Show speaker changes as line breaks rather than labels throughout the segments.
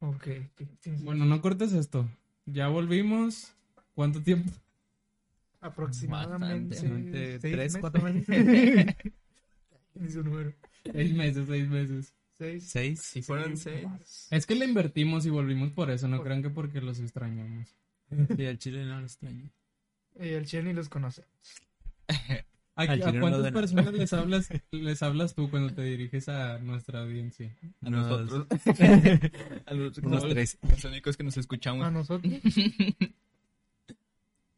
Ok. sí, sí, sí.
Bueno, no cortes esto. Ya volvimos. ¿Cuánto tiempo?
Aproximadamente.
Bastante.
seis
Tres,
meses.
cuatro meses.
Ni su número.
Seis meses, seis meses.
Seis.
Seis.
Si fueran seis.
más.
Es que le invertimos y volvimos por eso. No crean que porque los extrañamos.
Sí, al chile no lo extraño.
Y Eh, el Chile ni los conoce.
¿A,
Al
a
chile no
cuántas
de nada.
personas les hablas, les hablas tú cuando te diriges a nuestra audiencia?
A
Unos-
nosotros. a los,
Unos tres.
Los únicos que nos
A
escuchamos.
nosotros.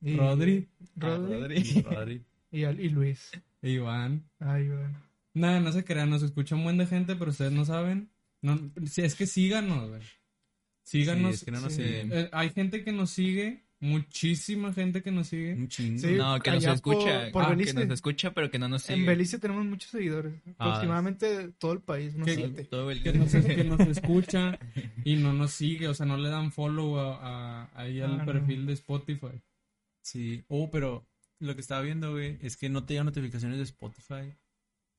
Y-
Rodri,
A
Ah,
Ah,
Rodri
Rodri.
Y, al- y Luis.
e Iván.
Ay, bueno.
Nada, no se crean, nos escucha un buen de gente, pero ustedes no saben. No, si es que síganos, güey. Síganos.
Sí, es que no nos
sí.
siguen.
Eh, hay gente que nos sigue, muchísima gente que nos sigue.
Un chingo.
Sí.
No, que nos
Allá
escucha.
por- por
ah, que
Belice.
nos escucha, pero que no nos sigue.
En Belice tenemos muchos seguidores.
Ah,
Aproximadamente todo el país. Unos
¿Qué-
siete.
Todo el
Que nos, que nos escucha y no nos sigue, o sea, no le dan follow a, a- ahí al
Ah, no.
perfil de Spotify.
Sí. Oh, pero lo que estaba viendo, güey, es que no te llegan notificaciones de Spotify.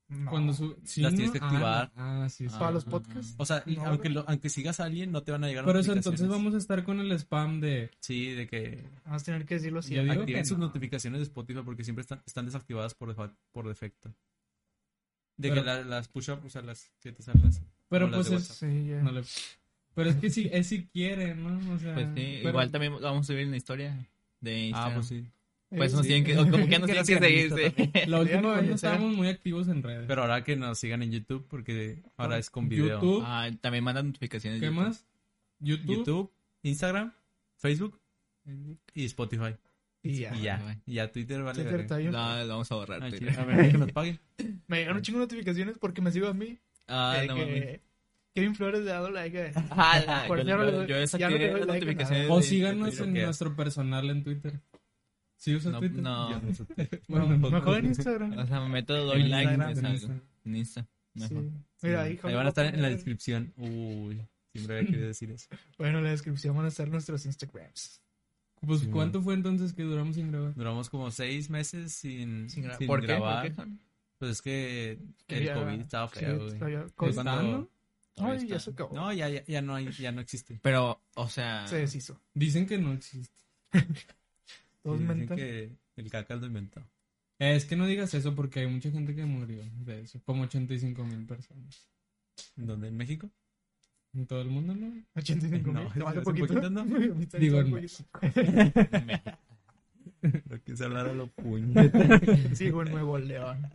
No.
Cuando su- sí,
Las tienes que
¿no?
activar.
Ah, ah, sí, sí.
Para los
Ah.
podcasts.
O sea, y
No,
aunque,
güey.
lo- aunque sigas a alguien, no te van a llegar
Pero eso entonces
notificaciones.
vamos a estar con el spam de
Sí, de que
Vamos a tener que decirlo así.
Ya digo
activen
que
sus
no.
notificaciones de Spotify porque siempre están, están desactivadas por, defa- por defecto. De
Pero-
que la- las push-up, o sea, las que te salen las-
Pero
como las
pues
de
es-
WhatsApp.
Sí, ya.
no le- Pero es que si, es si quiere, ¿no? O sea,
Pues sí,
Mm, pero-
igual también vamos a subir una historia de Instagram.
Ah, pues sí.
Pues
Eh,
nos
sí.
tienen que, o como que nos
Que
tienen
nos
que
sigan en
seguirse.
La última
no
vez
vaya
no
a ser.
estábamos muy activos en redes.
Pero ahora que nos sigan en YouTube porque ahora es con video. Ah,
YouTube,
Ah, también mandan notificaciones.
¿qué
de
más? YouTube,
YouTube, Instagram, Facebook y Spotify.
Y ya.
Y ya,
Ay.
y ya Twitter vale.
Twitter
verga.
está bien.
YouTube. No, lo vamos a borrar.
Ah,
Twitter.
chile, a ver, que nos pague.
Me llegaron un chingo de notificaciones porque me sigo a mí.
Ah,
de
no
que
mames.
Kevin Flores le ha dado like. eh.
Ah, la-
Por
yo-
eso ya no le
Yo
doy-
yo
ya no
desactivé
le doy
las
like a
notificaciones.
O
eh,
de-
síganos
de
en
Twitter.
nuestro personal en Twitter. ¿Sí usas
No,
Twitter?
no.
Bueno,
No,
pues,
mejor en
O
Instagram.
sea, me meto,
En
doy like y
Instagram,
me
en
salgo.
Instagram.
En Insta.
Sí.
Mejor.
Mira,
Sí.
ahí,
Ahí
Javi
van
va
a estar en la
poner-
descripción. Uy, siempre había querido decir eso.
Bueno, en la descripción van a estar nuestros Instagrams.
Pues,
Sí,
¿cuánto fue entonces que duramos sin grabar?
Duramos como seis meses sin,
Sin gra-
sin
¿Por qué?
grabar.
¿Por qué, Javi?
Pues es que
Que
el
ya-
COVID estaba
Sí,
feo, güey.
todavía-
Pues
con-
¿Está,
cuando-
Todavía
Ay, ya
está.
se acabó.
No, ya, ya, ya no hay, ya no existe.
Pero, o sea,
Se deshizo.
Dicen que no existe.
Todo es
Sí, dicen
mental.
que el cacas lo inventó.
Es que no digas eso porque hay mucha gente que murió de eso. Como 85 mil personas.
¿En dónde? ¿En México?
En todo el mundo, ¿no?
85
No,
mil.
es
¿Te falta
un
poquito?
poquito, ¿no?
Digo,
Digo, no.
Lo que se hablara lo puñeta.
Sigo en Nuevo León.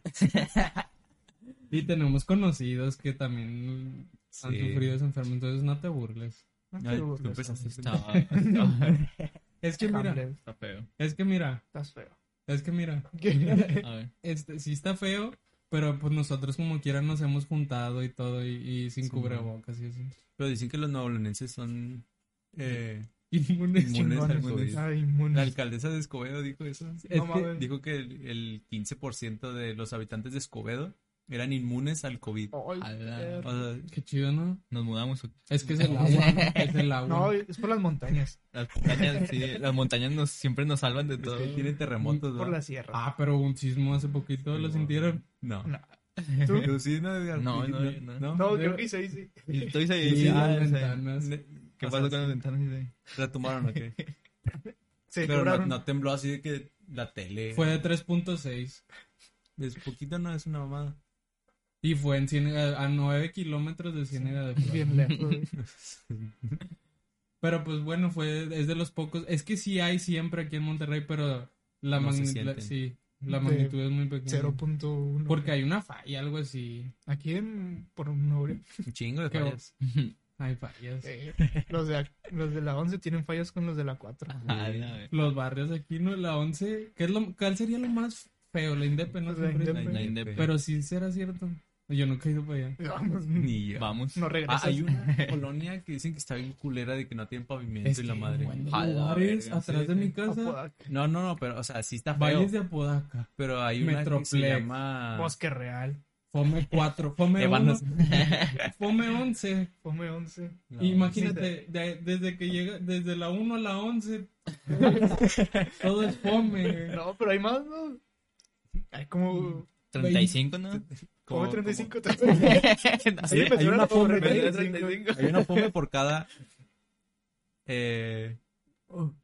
Y tenemos conocidos que también han
Sí.
sufrido esa enfermedad. Entonces, no te burles.
No
Ay,
te
tú
burles.
empezaste.
estaba, estaba-
Es que mira,
Hamlet,
está feo.
es que mira,
Estás feo.
es que mira.
A ver.
este, sí está feo, pero pues nosotros como quiera nos hemos juntado y todo, y, y sin
Sí,
cubrebocas y así.
Pero dicen que los nuevolonenses son eh,
Inmunes.
inmunes al
Chingones.
COVID.
Ay,
La
inmunes.
alcaldesa de Escobedo dijo eso.
Es
No
que-
mames.
Dijo que el, el 15% de los habitantes de Escobedo eran inmunes al COVID.
Ay,
Ala.
perro.
O sea,
Qué chido, ¿no?
Nos mudamos.
Es que es el agua, ¿no? es el agua.
No, es por las montañas.
Las montañas, sí, las montañas nos, siempre nos salvan de todo.
es que tiene terremotos,
Por
¿verdad?
la sierra.
Ah, pero un sismo hace poquito, ¿lo sintieron?
No.
No. ¿Tú?
¿Tú sí, no, Edgar?
No, no, yo
no.
no.
No, creo que hice ahí sí.
Y Estoy ahí,
Sí,
sí,
las
ah, o sea,
ventanas.
¿Qué
O
pasó
sea,
con las ventanas? Sí, sí.
¿Retomaron o qué?
Se
Pero no,
quebraron.
no tembló así de que la tele.
Fue de 3.6
Es poquito, no, es una mamada.
y fue en Ciénega- a 9 kilómetros de Ciénega de Playa.
Bien lejos. güey.
Pero pues bueno, fue, es de los pocos. Es que sí hay siempre aquí en Monterrey, pero la,
No se
magnitud, la-
sienten.
sí, la
De
magnitud es muy pequeña.
0.1.
Porque hay una falla, algo así.
Aquí en. Por un nombre.
Un chingo de
¿Qué
fallas.
Hay fallas.
Eh, los, de, los de la 11 tienen fallas con los de la 4.
Ah, la ver-
Los barrios aquí, ¿no? La 11, ¿qué es lo, ¿cuál sería lo más feo? La Independencia.
La Indepe.
la- la Indepe.
Pero sí será cierto. Yo nunca he ido para allá.
Vamos,
Ni yo.
Vamos.
no
Ah,
regresas.
hay una colonia que dicen que está bien culera de que no tiene pavimento y la
que
madre.
hay
A la
lugares
verga,
atrás
sí,
de
sí.
mi casa.
Apodaca,
No, no, no, pero, o sea, sí está feo.
Valles de Apodaca.
Pero hay una que se
Metroplex.
llama...
Bosque Real.
Fome 4. Fome
Evanas.
1. Fome 11.
Fome 11.
No.
Imagínate, de- desde que llega, desde la 1 a la 11, todo es fome. güey.
No, pero hay más, ¿no? Hay como...
35, ¿no?
Como
Mm, Como-
35.
Sí,
Ahí
hay
empezaron
una
a
fome,
poner
hay una
35.
hay una fome por cada... Eh, con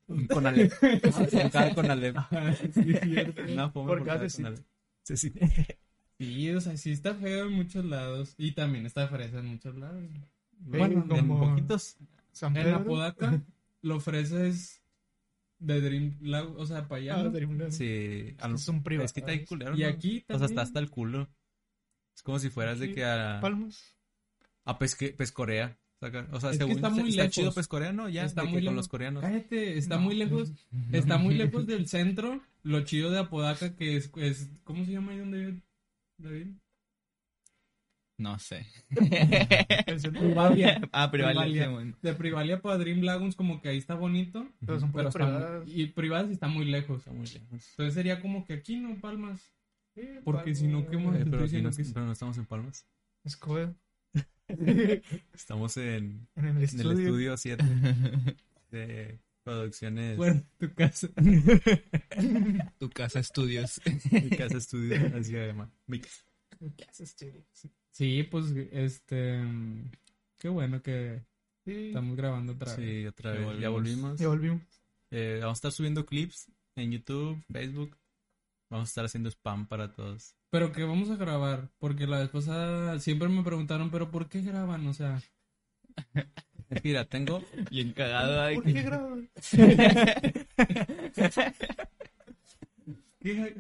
Alep. Por cada con Alep.
Sí, es cierto.
Una fome
Por
por,
cada
cada
sí.
con Alep. Sí, sí.
Sí, o sea, sí está feo en muchos lados. Y también está fresa en muchos lados.
Bueno,
En
como-
poquitos.
San
En
Pedro.
Apodaca, lo fresa es de Dream Lab, o sea, para allá.
Ah,
¿no?
de un lado.
Sí. a lo-
Estos son privados.
Es que está bien culero,
Y
¿no?
aquí
O sea,
también.
está hasta el culo. Es como si fueras de
Sí.
que a...
Palmas.
A pesque- Pescorea. saca- O sea,
Es que
según
está muy
está
lejos.
chido Pescorea, ¿no? Ya,
Está
de que
muy
con
lejos.
los coreanos.
Cállate, está
No.
muy lejos, está muy lejos del centro. Lo chido de Apodaca que es, es- ¿cómo se llama ahí donde vive David?
No sé.
El centro.
ah, pero vale.
Privalia.
sí, bueno.
De Privalia para Dream Lagons como que ahí está bonito,
Pero son
pero
puras
está muy-
privadas.
y privadas está muy lejos.
Está muy lejos.
Entonces sería como que aquí no Palmas.
Sí,
Porque si no,
Palmas.
¿qué
Eh,
más? Te estoy
pero, aquí no,
diciendo que sí.
pero no estamos en Palmas.
Escobedo.
Estamos en,
En el
en el
estudio.
estudio 7 de producciones
Fuera de tu casa.
Tu casa estudios.
Mi Casa Estudio. Así se llama. Mi casa.
¿Qué haces, Chile? Sí.
Sí, pues este mm, qué bueno que estamos grabando otra vez.
Sí, otra
Ya
vez. Ya volvimos.
Ya volvimos.
Eh, vamos a estar subiendo clips en YouTube, Facebook. Vamos a estar haciendo spam para todos.
Pero que vamos a grabar, porque la vez pasada siempre me preguntaron, pero ¿por qué graban? O sea,
Eh, Mira, tengo.
Y encagado. ay,
¿Por
que-
qué grabas?
¿qué,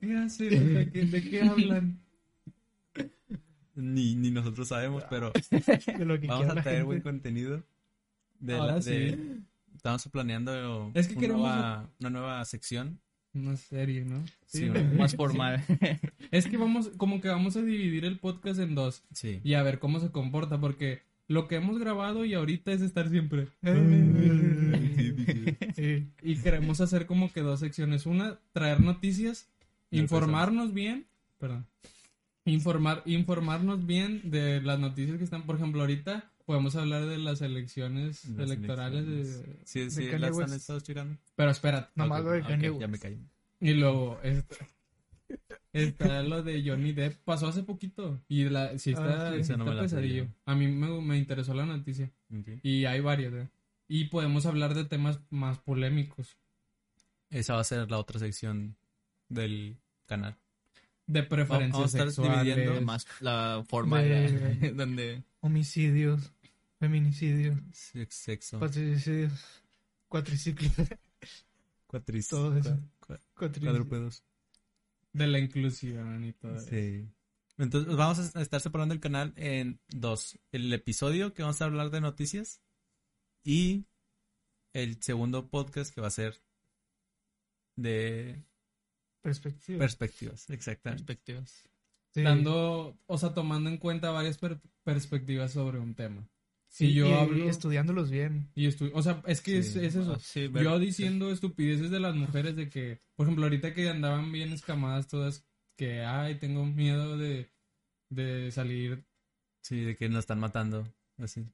qué hacen? O sea, ¿qué- ¿De qué hablan?
Ni, ni nosotros sabemos, pero
De lo que
vamos
quiera
a
la
traer
gente.
buen contenido. De
Ahora
la,
Ah, sí.
de- Estamos planeando
Es que
una,
queremos-
nueva, una nueva sección.
Una serie, ¿no?
Sí, una-
Más formal.
Es que vamos, como que vamos a dividir el podcast en dos
sí.
y a ver cómo se comporta, porque lo que hemos grabado y ahorita es estar siempre.
Sí.
Y queremos hacer como que dos secciones. Una, traer noticias,
Ya
informarnos bien, perdón, informar, informarnos bien de las noticias que están, por ejemplo, ahorita podemos hablar de las elecciones
Las
electorales, de-
elecciones. Sí, sí,
Kanye
las han
West.
estado checando.
pero espérate.
Nomás
Ok,
lo de
ok,
Kanye
Ya
West.
me caí.
Y luego está, está lo de Johnny Depp. Pasó hace poquito. Y la, sí está,
Ah, sí,
sí
esa no
está
me la
pesadillo.
sabía.
A mí me, me interesó la noticia. Y hay varios. ¿eh? Y podemos hablar de temas más polémicos.
Esa va a ser la otra sección del canal.
De preferencias
Vamos a estar
sexuales.
dividiendo
Más la formal.
De-
la- donde.
Homicidios. Feminicidios.
Sex- Sexo.
Pues, Patricidios. Cuatriciclos.
Cuatris.
Todo eso.
cua- cua-
Cuatricidios.
Cuadrúpedos.
De la inclusión y todo. eso.
Sí. Entonces vamos a estar separando el canal en dos. El episodio que vamos a hablar de noticias y el segundo podcast que va a ser de
Perspectiva.
perspectivas. Exactamente.
Perspectivas.
Sí.
Dando, o sea, tomando en cuenta varias per- perspectivas sobre un tema. Si
Sí,
yo
y
hablo.
Estudiándolos bien.
Y estu- o sea, es que
Sí.
es, es eso.
Ah, sí, ver-
Yo diciendo estupideces de las mujeres de que, por ejemplo, ahorita que andaban bien escamadas todas, que, ay, tengo miedo de, de salir.
Sí, de que nos están matando. Así.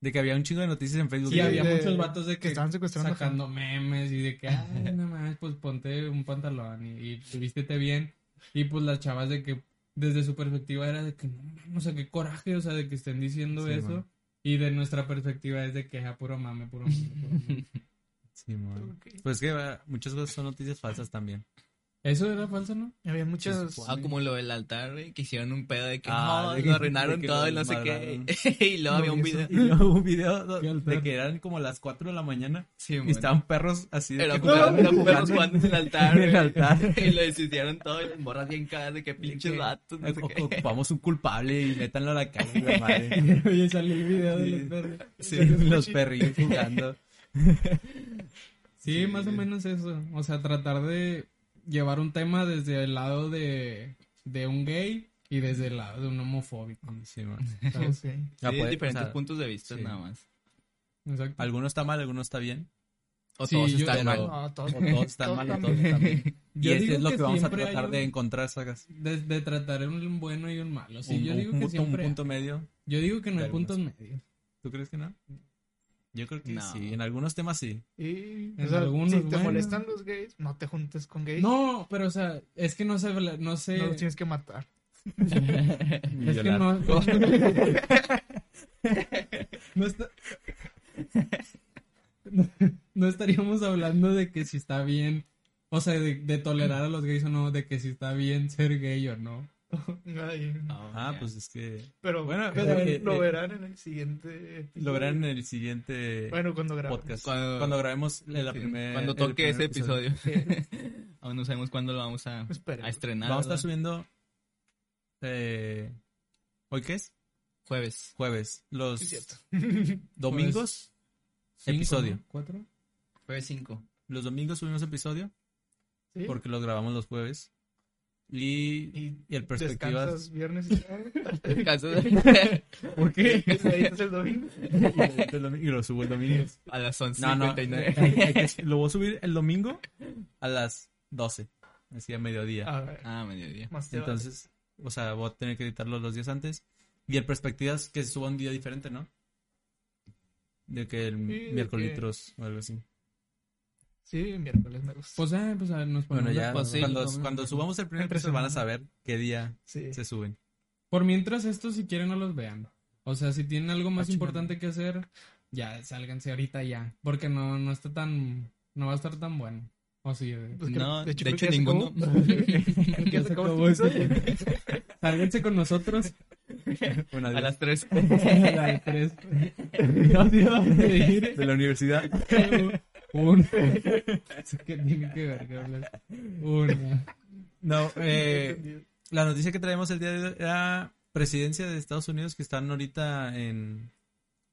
De que había un chingo de noticias en Facebook.
Y había
de-
muchos vatos de
Que
que
estaban secuestrando. gente.
sacando memes y de que, ay, no más, pues ponte un pantalón y, y tú vístete bien. Y pues las chavas de que, desde su perspectiva era de que, no, mames, o sea, qué coraje, o sea, de que estén diciendo
Sí,
eso.
man.
Y de nuestra perspectiva es de que, ah, puro mame, puro mame, puro mame".
Sí, mon.
Ok.
Pues que ah, muchas cosas son noticias falsas también.
Eso era falso, ¿no?
Había muchas.
Ah, como lo del altar, güey, que hicieron un pedo de que
Ah,
no,
de que-
lo arruinaron
de que
todo y
lo
no sé
desmadraron.
qué. y luego
No
había un
vi eso.
video.
Y luego un video do-
¿Qué altar?
de que eran como las 4 de la mañana
Sí,
y estaban perros así de
Era
que
jugando,
jugando,
eran perros
jugando
jugando en el altar.
en el
güey.
altar.
y lo deshicieron todo y las morras bien cagadas de que pinches
que- eh,
vatos, no sé
O-
qué.
Ocupamos un culpable y métanlo a la calle, la madre.
Oye, salió el video de
Sí.
los perros.
Sí, los perrillos jugando.
Sí, más o menos eso. O sea, tratar de llevar un tema desde el lado de, de un gay Y desde el lado de un homofóbico. ¿sabes?
Ok.
Ah,
Sí,
puede-
diferentes
o sea,
puntos de vista
sí.
nada más.
Exacto.
Alguno está mal, alguno está bien.
O
Sí,
todos
yo-
están mal.
No, todo-
O todos están mal, o
también.
todos están bien. Y
Yo
este
digo
es lo que, vamos a
siempre hay
tratar
un-
de encontrar, sagas.
De, de tratar un bueno y un malo. Sí,
un,
yo
un
digo que
punto, un
siempre.
punto medio.
Yo digo que no hay
de
puntos medios.
¿Tú crees que no? Yo creo que
No.
sí. En algunos temas sí.
Y, o
En
sea,
algunos,
si te
bueno.
molestan los gays, no te juntes con gays.
No, pero o sea, es que no se habla- no sé.
No
eh.
los tienes que matar.
es que
Violar.
no.
pues,
No está- No- no estaríamos hablando de que si está bien. O sea, de, de tolerar a los gays o no, de que si está bien ser gay o no.
Ay,
Ah,
ya.
pues es que
pero
Bueno,
pero
eh,
lo
eh,
verán en el siguiente. episodio.
lo verán en el siguiente
Bueno, cuando grabemos.
podcast.
Cuando-
Cuando, grabemos la
Sí,
primer-
Cuando
el
toque
primer
ese episodio. Aún no sabemos cuándo lo vamos a,
Espera.
a estrenar.
Vamos a estar
¿verdad?
subiendo. eh, ¿Hoy qué es?
jueves.
Jueves. Los
Es cierto.
domingos.
Cinco,
Episodio.
¿no? ¿Cuatro?
Jueves 5.
Los domingos subimos episodio
Sí.
porque los grabamos los jueves. Y,
y
y el
descansas
perspectivas.
viernes y Ah. sábado.
¿Por qué?
Y lo editas el domingo.
y lo subo el domingo.
a las 11.59.
No, no. hay- hay que- lo voy a subir el domingo a las 12. Así a mediodía.
A ver,
Ah, mediodía.
más te vale.
Entonces, o sea, voy a tener que editarlo los días antes. Y el perspectivas que se suba un día diferente, ¿no? De que el
de
miércoles o algo así.
Sí, miércoles me gusta.
Pues, eh, pues a ver, nos
Bueno,
ponemos de
ya
acuerdo.
sí,
cuando,
lo-
cuando subamos el primer
Entre
episodio van a
semana.
saber qué día
sí.
se suben.
Por mientras estos, si quieren, no los vean. O sea, si tienen algo más
Ah, chingada.
importante que hacer, ya sálganse ahorita ya. Porque no, no está tan. No va a estar tan bueno. O sí, eh.
Pues que-
No, de
creo
hecho,
que ya se
ninguno.
acabó. Creo que ya se acabó este episodio.
Sálganse con nosotros.
Bueno,
A
adiós.
las 3.
La de tres. No, sí, va a pedir
de la universidad.
un. ¿Qué tiene que ver, qué hablas? Una.
No, eh, la noticia que traemos el día de hoy era presidencia de Estados Unidos que están ahorita en,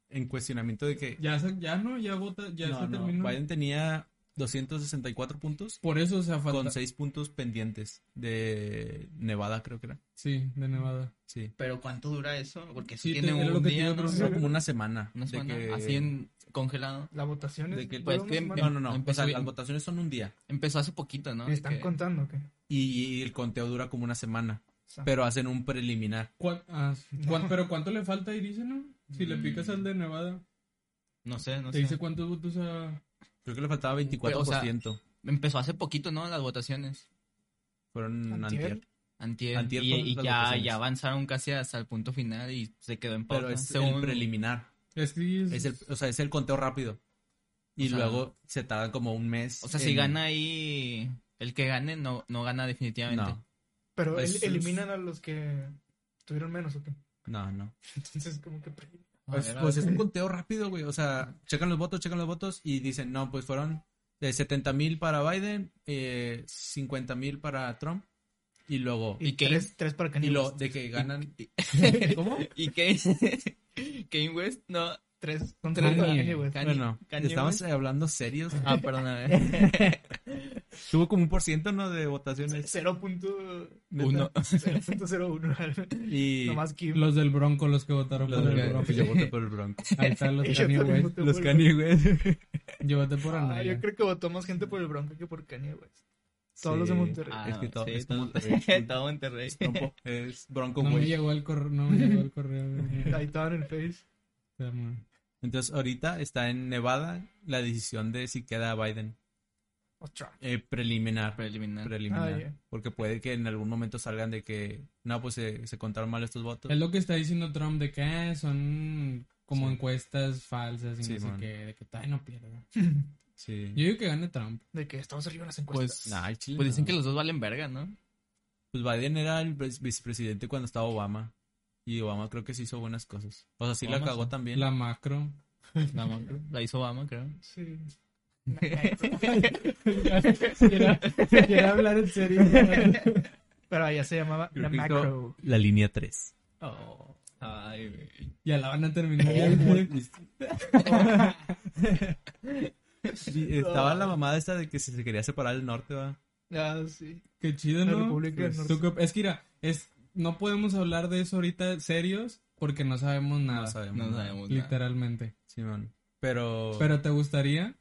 en cuestionamiento de que
Ya, se- ya no, ya vota, ya
No,
se
no,
terminó.
Biden tenía 264 puntos
Por eso se
con
falta.
6 puntos pendientes de Nevada, creo que era.
Sí, de Nevada.
Sí.
Pero ¿cuánto dura eso? Porque eso
Sí,
tiene
te- era lo
un
que te
día,
iba a
¿no?
Duró como una semana.
Una
de
semana,
que-
así en congelado.
La votación es
de que-
dura
pues,
una
que-
semana.
No, no, no.
Empezó
o sea,
bien.
las votaciones son un día
Empezó hace poquito, ¿no?
¿Me están
Que-
contando que
y, y el conteo dura como una semana,
Ah.
pero hacen un preliminar.
¿Cuán- ah, sí. ¿Cuán- ¿Pero cuánto le falta? Y dice, ¿no? Si le
Mm.
picas al de Nevada,
No sé, no
te
sé.
dice cuántos votos a...
Creo que le faltaba 24%.
Empezó hace poquito, ¿no? Las votaciones.
fueron
Antier.
antier.
Antier.
Antier
y
fueron
y
las
ya,
votaciones.
ya avanzaron casi hasta el punto final y se quedó en pausa.
Pero es
según-
el preliminar.
Es que es-
Es el, o sea, es el conteo rápido. Y
O sea,
luego se tardan como un mes.
O sea, si
en-
gana ahí, el que gane no, no gana definitivamente.
No,
Pero
pues,
el-
es-
eliminan a los que tuvieron menos o qué.
no, no.
Entonces, como que.
A
Pues,
ver, a
pues
ver.
es un conteo rápido, güey. O sea, checan los votos, checan los votos y dicen, no, pues fueron de 70 mil para Biden, eh, 50 mil para Trump. Y luego, y,
¿Y qué?
tres, tres para Kanye
lo
West.
de que ganan. ¿Cómo?
¿Y qué? Kane West, no.
Tres, son
Tres
tres para
Kanye.
Kanye West.
Kanye-
Bueno,
Kanye
estamos
West.
eh, hablando serios.
Ah, perdóname.
Tuvo como un por ciento, ¿no? De votaciones.
0.01. 0.01.
Y
Nomás Kim.
Los del Bronco, los que votaron
los
por
de-
el Bronco.
yo voté por el Bronco.
Ahí están los
Yo
Kanye
también
West.
voté
Los
por-
Kanye, güey.
Yo voté por
Ah,
Anaya.
yo creo que votó más gente por el Bronco que por Kanye West. Todos los de Monterrey.
Ah,
es que todo-
sí,
es
todo-
Monterrey.
todo Monterrey.
Es trompo- es Bronco,
No me
güey.
llegó el correo, no me llegó el correo. güey.
Ahí estaban en el Face.
O sea, man.
Entonces, ahorita está en Nevada la decisión de si queda Biden.
O Trump.
Eh, preliminar.
Preliminar.
preliminar.
Ah, ya.
Porque puede que en algún momento salgan de que, no, pues se, se contaron mal estos votos.
Es lo que está diciendo Trump de que ah, son como
Sí.
encuestas falsas y
Sí,
no sé
man.
qué, de que ay, no pierda.
Sí.
Yo digo que gane Trump.
De que estamos arriba en las encuestas.
Pues,
Nah, al chile
pues dicen
no.
que los dos valen verga, ¿no?
Pues Biden era el vice- vicepresidente cuando estaba Obama. Y Obama creo que sí hizo buenas cosas. O sea, sí la
Obama
cagó
sí.
también.
La macro.
La, la hizo Obama, creo.
Sí.
si quiere hablar en serio.
Pero allá se llamaba
Creo
la
que
macro.
La línea 3.
Oh.
Ay, güey.
Ya la van a terminar.
Y estaba la mamada esta de que si se quería separar el norte, va.
Ah, sí.
Qué chido,
La
¿no? Pues,
República del
Tú que- Es que mira, es, no podemos hablar de eso ahorita serios porque no sabemos nada.
No sabemos.
No
nada. Oh.
sabemos nada.
Literalmente.
Simón. Pero.
Pero ¿te gustaría?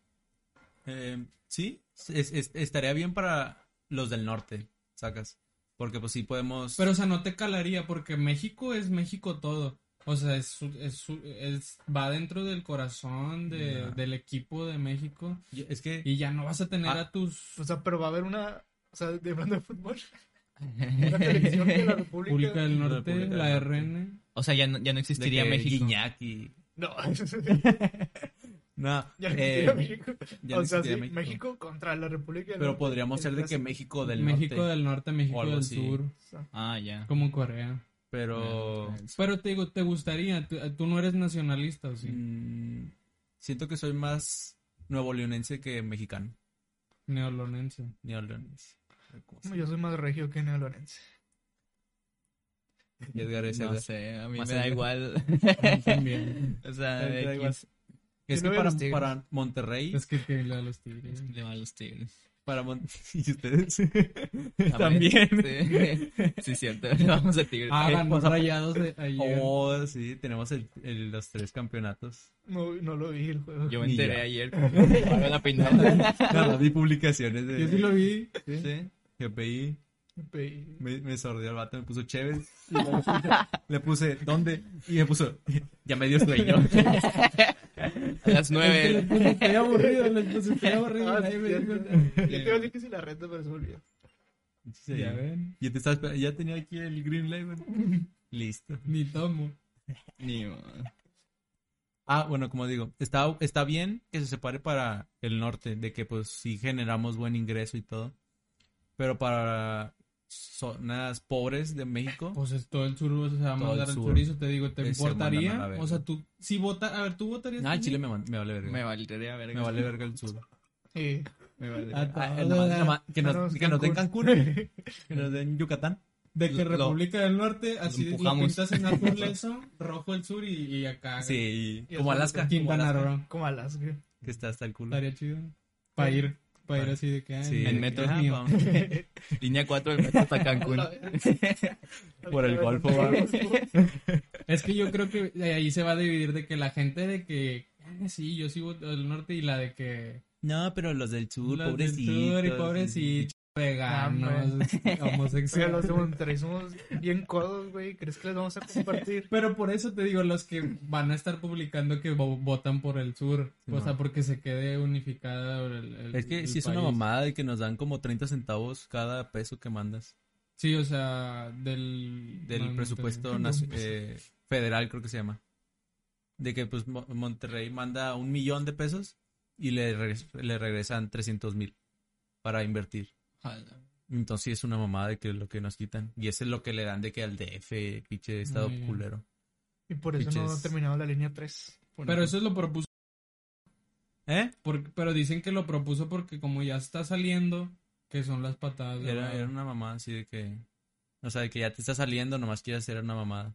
eh, sí, es- es- estaría bien para los del norte, sacas. Porque pues sí podemos.
Pero, o sea, no te calaría porque México es México todo. O sea, es, su- es, su- es- va dentro del corazón de-
Ya.
del equipo de México
Yo- es que.
y ya no vas a tener
Ah.
a tus
O sea, pero va a haber una. O sea, de hablando de fútbol. Una televisión de la República.
República del Norte,
República
la
del Norte.
RN.
O sea, ya no, ya no
de
existiría
que
México.
Guiñac y-
No,
No.
ya no
eh,
existiría México.
ya no
o sea, sí,
existiría
México. contra la República del
Pero
Norte.
podríamos
El
ser de que
clásico.
México del
México
norte.
del Norte, México
algo
del
así.
Sur,
O sea,
Ah, ya.
como Corea.
Pero.
Pero te digo, ¿te gustaría? ¿Tú, tú no eres nacionalista o sí?
mm, siento que soy más nuevo leonense que mexicano.
Neolonense.
Neoleonense.
no, yo soy más regio que neolorense.
Y Edgar es
No
Edgar.
sé, a mí
Más
me da
allá.
igual.
También.
o sea,
Me da
de
igual.
X,
Es
Yo le
que
voy a
para,
los Tigres.
para Monterrey,
Es que que le da los tigres.
le van los pues, tigres.
para Mon- y ustedes
También.
también.
Sí, sí, cierto. Le vamos a tigres.
Ah,
Eh,
ganó
pues, a-
rayados de ayer.
Oh, sí, tenemos el- el- los tres campeonatos.
No, no lo vi el juego.
Yo me
ni
enteré
yo.
ayer. porque pagó la pintada.
Nada, vi publicaciones de
Yo sí lo vi.
Sí.
GPI.
Pe-
Me, me sordió el vato, me puso Chévez. y luego le puse- Le puse, ¿dónde? Y me puso, ya me dio sueño.
A las nueve.
Estoy aburrido, les puse, estoy aburrido.
Ah,
nadie
sí,
me
cierto.
dijo
Yo
nada.
te iba a decir que si la renta, pero se me olvidó.
Sí.
Ya ven.
Y te estaba esperando, ya tenía aquí el Green Label. Listo.
Ni tomo.
Ni modo.
Ah, bueno, como digo, está, está bien que se separe para el norte, de que pues sí generamos buen ingreso y todo. Pero para zonas pobres de México,
Pues es todo el sur, o sea, vamos
Todo
a
el
dar el
sur.
chorizo, te digo, ¿te
Que se mandan a la
importaría?
verga.
O sea, tú, si vota, a ver, ¿tú votarías? que
ah,
pues, sí?
Chile me, man- me vale verga.
Me valdría verga.
Me vale verga el sur.
Sí.
Me vale.
Ah,
Ah,
todo
eh, nomás-
da-
nomás- que, nos,
Menos
que nos den
Cancún.
Cancún, que nos den Yucatán.
De que
Lo-
República del Norte, así lo
empujamos.
pintas en azul eso, rojo el sur y, Ah, y acá.
Sí,
Y
como
hasta
Alaska.
Quintana
como Alaska,
Roo.
Como Alaska.
Que está hasta el culo.
Estaría chido. Para ir, para ir
Para-
así de que. ay,
Sí,
mira,
en
que
metro.
es
ajá,
mío.
Ah, vamos.
Línea 4 del metro hasta Cancún.
Por el golfo, va.
Es que yo creo que de ahí se va a dividir de que la gente de que. "Ah, Sí, yo sí voto del norte y la de que.
No, pero los del sur,
los del
pobrecitos. Ah,
sur y pobrecitos, veganos,
Oiga, los
homosexuales.
de Monterrey somos bien codos, güey. ¿Crees que les vamos a compartir?
Pero por eso te digo, los que
Mm.
van a estar publicando que vo- votan por el sur,
Sí,
o sea,
no.
porque se quede unificada el, el-
Es que
el
si es una
país.
mamada de que nos dan como 30 centavos cada peso que mandas
Sí, o sea, del...
del
no, no,
presupuesto
no,
nacio-
no, pues.
eh, federal, creo que se llama. De que pues Mo- Monterrey manda un millón de pesos y le, regres- le regresan 300 mil para invertir.
Ojalá.
Entonces sí es una mamada de que es lo que nos quitan. Y eso es lo que le dan de que al DF, pinche estado
bien.
culero.
Y por eso no
Pinches.
han terminado la línea 3.
pero- Pero
pues.
eso lo propuso,
¿Eh?
porque- pero dicen que lo propuso porque como ya está saliendo, que son las patadas de
Era,
ahogado.
era una mamada así de que... O sea, de que ya te está saliendo, nomás quieres hacer una mamada.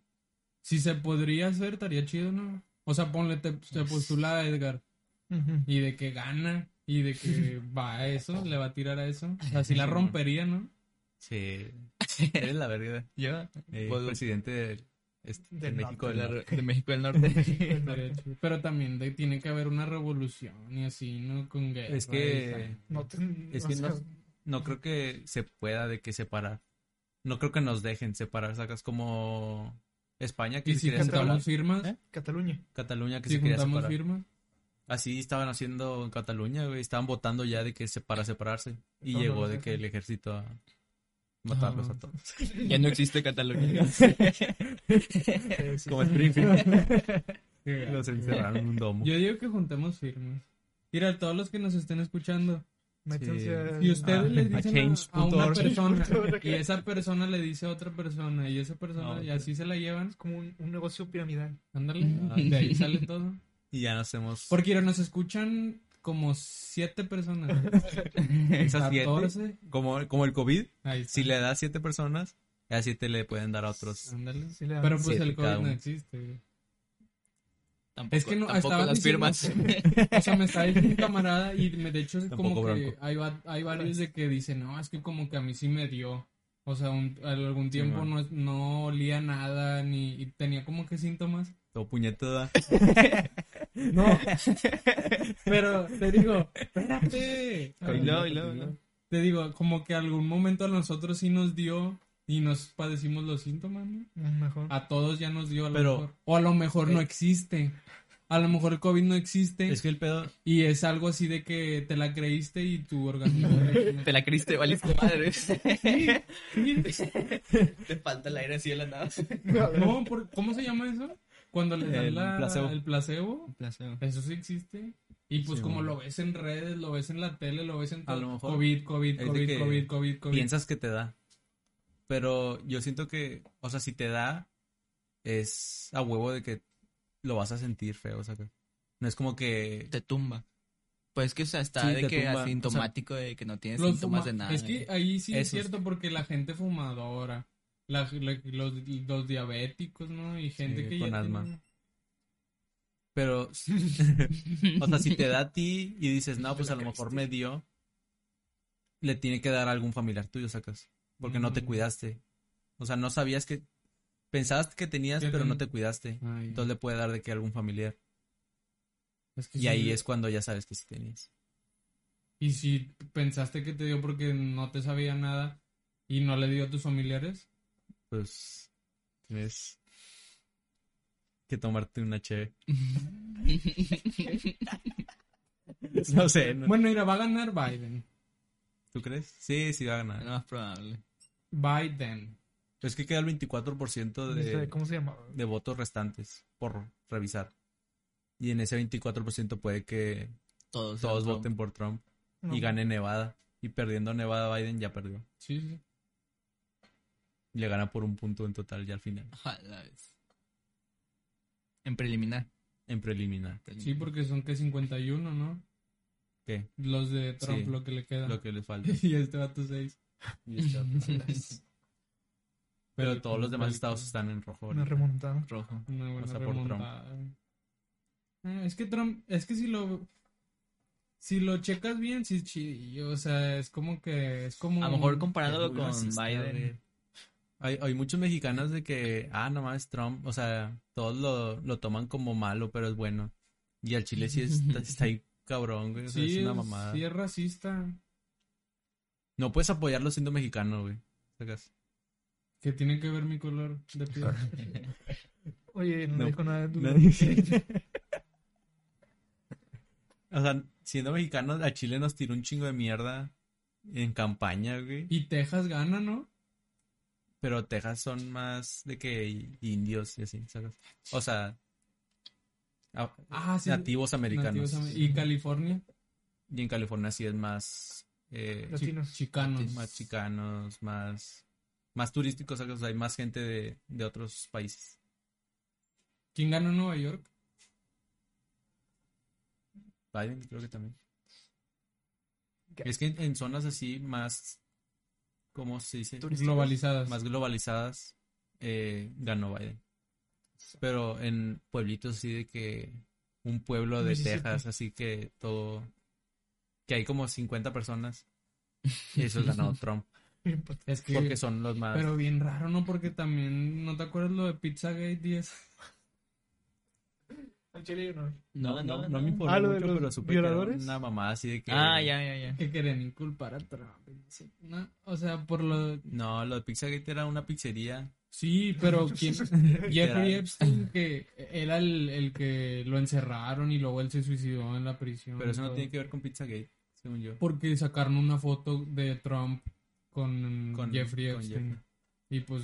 Si se podría hacer, estaría chido, ¿no? O sea, ponle, te, se
Pues.
postula a Edgar, y de que gana, y de que va a eso, le va a tirar a eso. O sea, sí la
Sí,
rompería, ¿no?
Sí. Eres la verga.
Yo,
Eh,
puedo-
presidente de, este,
Del
de México.
de,
del
la-
norte.
de México del Norte.
Estaría chido. Pero también de- tiene que haber una revolución y así, ¿no? Con guerra.
Es que...
y
No te,
Es
no
que
sé,
no, no creo que se pueda de que separar. No creo que nos dejen separar. Sacas como... España
tal.
que
Y
se
si
quería separar.
juntamos firmas,
¿Eh?
Cataluña.
Cataluña que
si
se quería
juntamos
separar.
firmas,
Así estaban haciendo en Cataluña, güey. Estaban votando ya de que se para separarse. Y
No, no
llegó
los
de
dejan.
que el ejército a matarlos
Ah.
a todos.
ya no existe Cataluña.
Eh, sí.
Como Springfield.
qué gacho.
los encerraron en un domo.
Yo digo que juntemos firmas. Mira, a todos los que nos estén escuchando,
Métanse
Sí.
a-
y ustedes
Ah,
les
a
dicen a, a una
change.org.
persona,
Change.org.
y esa persona le dice a otra persona, y esa persona,
Ah,
y
ok.
así se la llevan,
Es como un, un negocio piramidal.
ándale,
Ah.
de ahí sale todo.
Y ya nos hemos...
Porque mira, nos escuchan como siete personas,
esas siete,
14,
como, como el COVID,
ahí está.
si le das siete personas, a siete le pueden dar a otros.
Ándale.
Sí le dan-
Pero pues
Siete
el
cada
COVID no
uno.
existe. güey.
Tampoco,
Es que no,
tampoco
estaban
las
diciendo-
firmas.
O sea, me está diciendo un camarada y me, de hecho es como
Tampoco
que
bronco.
hay, va- hay varios de que dicen, no, es que como que a mí sí me dio. O sea, un- algún tiempo
man.
no, es- no olía nada ni y tenía como que síntomas.
Todo puñetada.
No, pero te digo, espérate.
Y luego, y luego, ¿no?
Te digo, como que algún momento a nosotros sí nos dio y nos padecimos los síntomas, ¿no?
Mejor.
Ah,
A todos ya nos dio a lo
Pero- eh,
mejor. O a lo mejor no existe. A lo mejor el COVID no existe
Es que el pedo.
y es algo así de que te la creíste y tu organismo...
Te la creíste, valiste madre. Te falta el aire así de la nada.
no, por- ¿Cómo se llama eso? Cuando le dan
El
la-
placebo.
el placebo.
Placeo.
Eso sí existe. Y pues
Sí,
como
bueno.
lo ves en redes, lo ves en la tele, lo ves en
A
todo.
lo mejor
COVID, COVID,
es de
COVID,
que
COVID, COVID, COVID.
piensas que te da. Pero yo siento que, o sea, si te da, es a huevo de que lo vas a sentir feo, o sea, que no es como que...
Te tumba. Pues que, o sea, está
Sí,
de
te
que
tumba.
asintomático, de que no tienes
Los
síntomas
fuma-
de nada.
Es que ahí sí es
Esos.
cierto porque la gente fumadora, la- la- los, los diabéticos, ¿no? Y gente
Sí,
que
con
ya
asma.
tiene-
Pero, o sea, si te da a ti y dices, no, pues a lo mejor me dio, le tiene que dar a algún familiar tuyo, sacas. Porque no te
Mm.
cuidaste. O sea, no sabías que... Pensabas que tenías,
Yo
pero no
tengo-
te cuidaste.
Ay,
Entonces le puede dar de que a algún familiar.
es que
Y
sí.
ahí es cuando ya sabes que sí tenías.
Y si pensaste que te dio porque no te sabía nada y no le dio a tus familiares,
Pues tienes que tomarte una cheve. No sé, no-
bueno, mira, va a ganar Biden.
¿tú crees? Sí, sí va a
Es
ganar.
lo más probable.
Biden.
Es que queda el 24%
No sé,
de,
¿Cómo se llamaba?
de votos restantes por revisar. Y en ese 24% puede que
Todos.
todos
Trump.
voten por Trump
No.
y gane Nevada. Y perdiendo Nevada, Biden ya perdió.
Sí, sí.
Y le gana por un punto en total ya al final,
Ojalá. es. En preliminar.
en preliminar.
Sí, porque son que 51, ¿no?
¿Qué?
Los de Trump,
Sí,
lo que le queda.
Lo que les falta.
y este vato 6.
Y está- Pero todos los demás estados están en rojo.
Una
ahorita.
remontada.
rojo.
Una buena
O sea, por
remontada. Ah, es que Trump, es que si lo si lo checas bien, sí es chidillo, o sea, es como que es como
A lo mejor
Es
comparándolo
muy
con
racista, güey.
Biden.
Hay, hay muchos mexicanos de que, ah, no mames, Trump, o sea, todos lo, lo toman como malo, pero es bueno. Y al Chile sí está, está ahí cabrón, güey, o sea,
sí,
es una
es-
mamada.
sí es racista,
No puedes apoyarlo siendo mexicano, güey. Sacas.
que tiene que ver mi color de piel.
Oye, no,
No.
dijo nada. tú.
o sea, siendo mexicano, a Chile nos tiró un chingo de mierda en campaña, güey.
y Texas gana, ¿no?
Pero Texas son más de que indios y así, sacas. O sea, a-
Ah, sí.
nativos americanos.
nativos amer- y California,
Y en California sí es más, eh,
Los- Latinos.
chi- chicanos.
más chicanos, más, más turísticos, ¿sabes? O sea, hay más gente de, de otros países.
¿Quién ganó Nueva York?
Biden creo que también.
¿Qué?
Es que en, en zonas así más, ¿cómo se dice?
Globalizadas.
Más globalizadas, eh, ganó Biden. Pero en pueblitos así de que un pueblo de
Mississippi.
Texas, así que todo, que hay como 50 personas. Y eso ganó Trump,
pues,
es que
porque son los más...
pero bien raro, ¿no? Porque también, ¿no te acuerdas lo de Pizzagate 10?
Al chile yo no.
No, no, no, me
Ah,
importa
lo de
mucho,
los
pero supe que era
violadores.
una mamá así de que...
Ah, ya, ya, ya.
Que querían inculpar a Trump. No, o sea, por lo
No, lo de Pizzagate era una pizzería.
Sí, pero ¿quién? Jeffrey
Literal.
Epstein, que era el, el que lo encerraron y luego él se suicidó en la prisión.
Pero eso
y
no
todo.
tiene que ver con Pizzagate, según yo.
Porque sacaron una foto de Trump con,
Con-
Jeffrey
con
Epstein.
Jeffrey.
Y pues,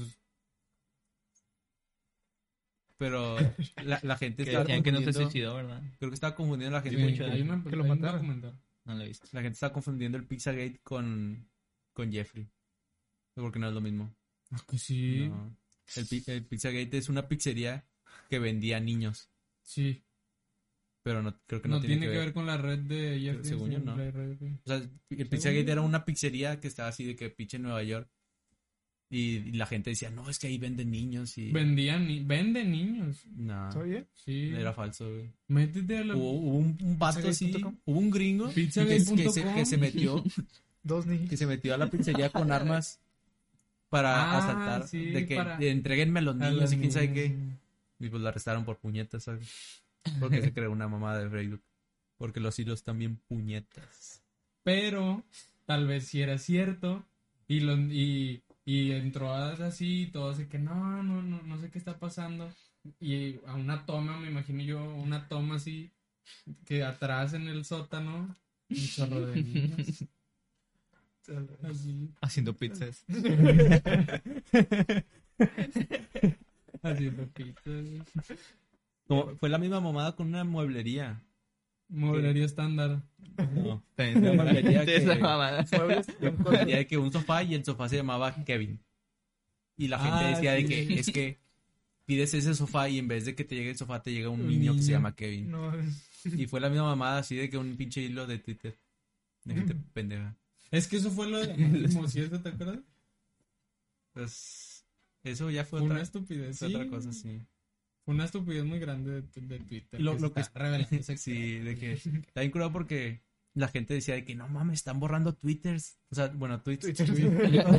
Pero la, la gente
Que
estaba
decían que no se
confundiendo-
suicidó, ¿verdad?
Creo que estaba confundiendo a la
sí,
gente.
mucho.
eh, hay una-
Que lo
hay un
mataron.
documental.
No lo he visto.
La gente estaba confundiendo el Pizzagate con, con Jeffrey. Porque no es lo mismo.
Ah, que sí,
No. El, pi- el Pizzagate es una pizzería que vendía niños.
sí.
Pero no, creo que
no,
no,
tiene que ver. con la red de Jeffrey
Según yo,
Epstein,
no.
la red de-
O sea, el Pizzagate era una pizzería que estaba así de que pinche en Nueva York. Y, y la gente decía, no, es que ahí venden niños y...
Vendían, ni- venden niños.
No,
¿Oye?
Sí.
era falso, güey.
Métete a la...
Hubo, hubo un, un vato así,
Pizzagate.com.
hubo un gringo que,
Pizzagate.com.
que se, que se metió
Dos
que
niños.
se metió a la pizzería con armas para
Ah,
asaltar,
sí,
de que
para-
entreguenme a los
A
niños
los
y quién sabe qué.
niños.
Y pues la arrestaron por puñetas, ¿sabes? Porque se creó una mamada de Facebook. Porque los hilos también puñetas.
Pero tal vez si era cierto. Y, lo, y, y entró así y todo así que no, no, no, no sé qué está pasando. Y a una toma, me imagino yo, una toma así, que atrás en el sótano, un chorro de niños. Así,
Haciendo pizzas.
haciendo pizzas.
Como- fue la misma mamada con una mueblería.
Mueblería estándar.
No.
También
Una barbería
Es la
que-
mamada.
Decía de que un sofá y el sofá se llamaba Kevin. Y la gente
Ah,
decía de
sí.
que es que pides ese sofá y en vez de que te llegue el sofá te llega un
Un
niño, que se
niño.
llama Kevin.
No, es-
Y fue la misma mamada así de que un pinche hilo de Twitter. De gente pendeja.
Es que eso fue lo de ¿cierto? ¿Te acuerdas?
Pues eso ya fue
Fue una
otra,
estupidez.
fue otra
sí.
cosa, sí.
Fue una estupidez muy grande de, de Twitter.
Lo- lo
está
que es-
revelando ese-
Sí, de que está bien curado porque la gente decía de que no mames, están borrando twitters. O sea, bueno, tweets.
Twitter.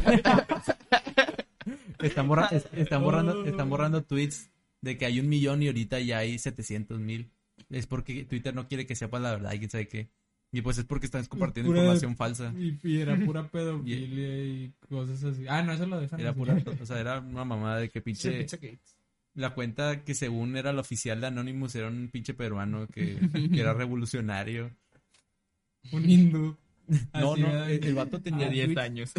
están, borra- es- están borrando, están borrando tweets de que hay un millón y ahorita ya hay 700 mil. Es porque Twitter no quiere que sepas la verdad y quién sabe qué. Y pues es porque están compartiendo
Pura-
información falsa.
Y, y era pura pedofilia y cosas así. Ah, no, eso lo dejan.
Era
así.
pura, o sea, era una mamada de que
Sí,
pinche
Pizzagate.
la cuenta que según era la oficial de Anonymous era un pinche peruano que, que era revolucionario.
Un hindú.
No,
Así
no,
era de
el,
que-
el vato tenía
Ah,
10
tweets
años.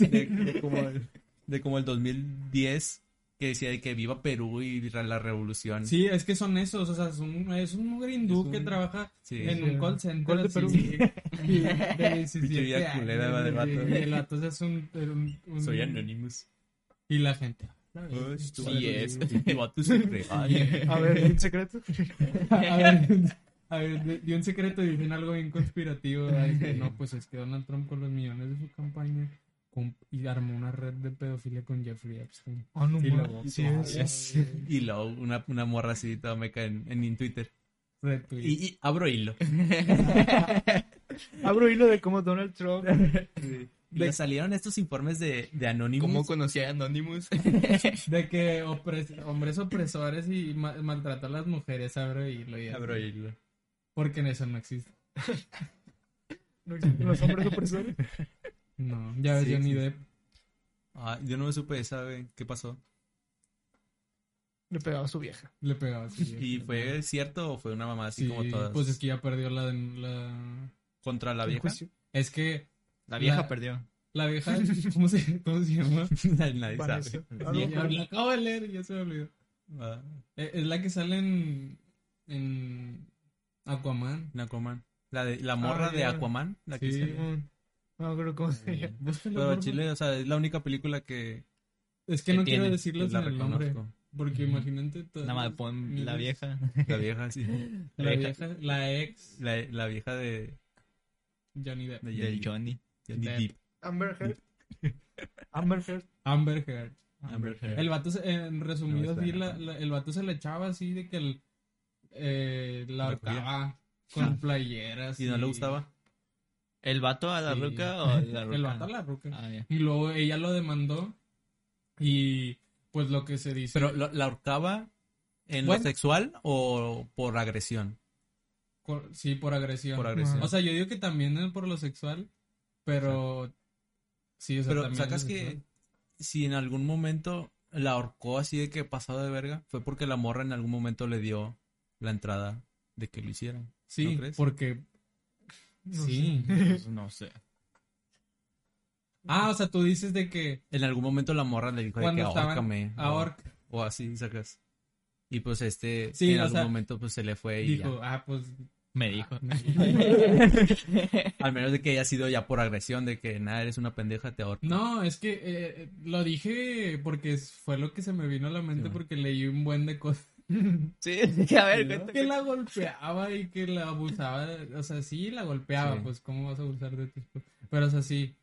de, de como el, de como el 2010 que decía de que viva Perú y ra- la revolución.
Sí, es que son esos, o sea, es un, es un mugre hindú
Es un-
que trabaja
Sí.
en un call center.
Call de
así,
Perú.
sí, de 17
Pinche vida culera,
años,
va, del vato.
Y el vato se hace un, un- un-
Soy Anonymous.
Y la gente.
Sí es.
El este vato se creaba.
A ver, ¿y un secreto?
A ver, a ver, de, de un secreto dicen algo bien conspirativo. ¿verdad? Y que no, pues es que Donald Trump con los millones de su campaña com- y armó una red de pedofilia con Jeffrey Epstein.
Ah, no,
Y
ma,
luego-
sí es.
Y luego una, una morra así toda meca en, en, en Twitter.
Retweet.
Y, y abro hilo.
Abro hilo de cómo Donald Trump.
Le salieron estos informes de, de Anonymous.
¿Cómo conocí a Anonymous?
De que opres- hombres opresores y ma- maltratar a las mujeres, abro hilo y
Abro hilo.
Porque en eso no existe.
No existen los hombres opresores.
No, ya ves,
Sí,
Johnny
sí,
Depp.
Ah, yo no me supe esa, güey. ¿Qué pasó?
Le pegaba a su vieja.
le pegaba así.
¿Y fue cierto o fue una mamá así
Sí,
como todas?
pues es que ya perdió la, den- la...
Contra la
El
vieja.
juicio.
Es que
La vieja
La-
perdió.
la vieja, ¿cómo se, cómo se llama?
Nadie
Vanessa.
sabe.
Algo
Ya- ya
por-
Ah, la acabo de leer y ya se me olvidó.
Ah,
Eh, Es la que sale en, en Aquaman.
en Aquaman. La, de, la morra
Ah,
de
ya.
Aquaman. La que
Sí.
sale.
No me acuerdo cómo se llama.
Búscalo,
Pero
porfa.
Chile, o sea, es la única película que,
Es que
que
no
tiene,
quiero
que
decirles
la
el nombre.
reconozco.
Porque
Ujú.
imagínate. todas
Nada más
las-
pon la
miles-
vieja.
La vieja, sí.
La vieja, la ex
La, la vieja de,
Johnny Depp.
de
Del Johnny.
Johnny
Depp.
Depp.
Amber Heard. Amber Heard.
Amber Heard.
Amber Heard.
El vato, se- en resumido,
No me
así,
suena.
la- la- el vato se le echaba así de que el, eh, la
¿La cogía?
ahorcaba con playeras.
Y no le gustaba.
¿El vato a la
Sí.
roca o la roca?
El vato a la ruca.
Ah, ya.
Y luego ella lo demandó. Y pues lo que se dice.
Pero lo- la ahorcaba en
Bueno.
lo sexual o por agresión.
Cor- Sí, por agresión.
Por agresión.
Ah, O sea, yo digo que también es por lo sexual, pero sí, o sea,
Pero
también
sacas
lo
que
sexual.
si en algún momento la ahorcó así de que pasado de verga, fue porque la morra en algún momento le dio la entrada de que lo hicieran.
sí,
¿no crees?
porque
No
sí.
Pues, no sé.
Ah, o sea, tú dices de que
En algún momento la morra le dijo de que
cuando
ahórcame.
estaban
o-
ahorca
O así, sacas. Y pues este,
Sí,
en
o
algún
sea,
momento pues se le fue y
dijo, ah, pues
Me dijo.
ya. Al menos de que haya sido ya por agresión, de que nada, eres una pendeja, te ahorco.
no, es que eh, eh, lo dije porque es- fue lo que se me vino a la mente
Sí,
porque leí un buen de cosas.
Sí, a ver, cuenta.
Que la golpeaba y que la abusaba. O sea, sí, la golpeaba.
Sí.
Pues, ¿cómo vas a abusar de ti? Pero, o sea, sí.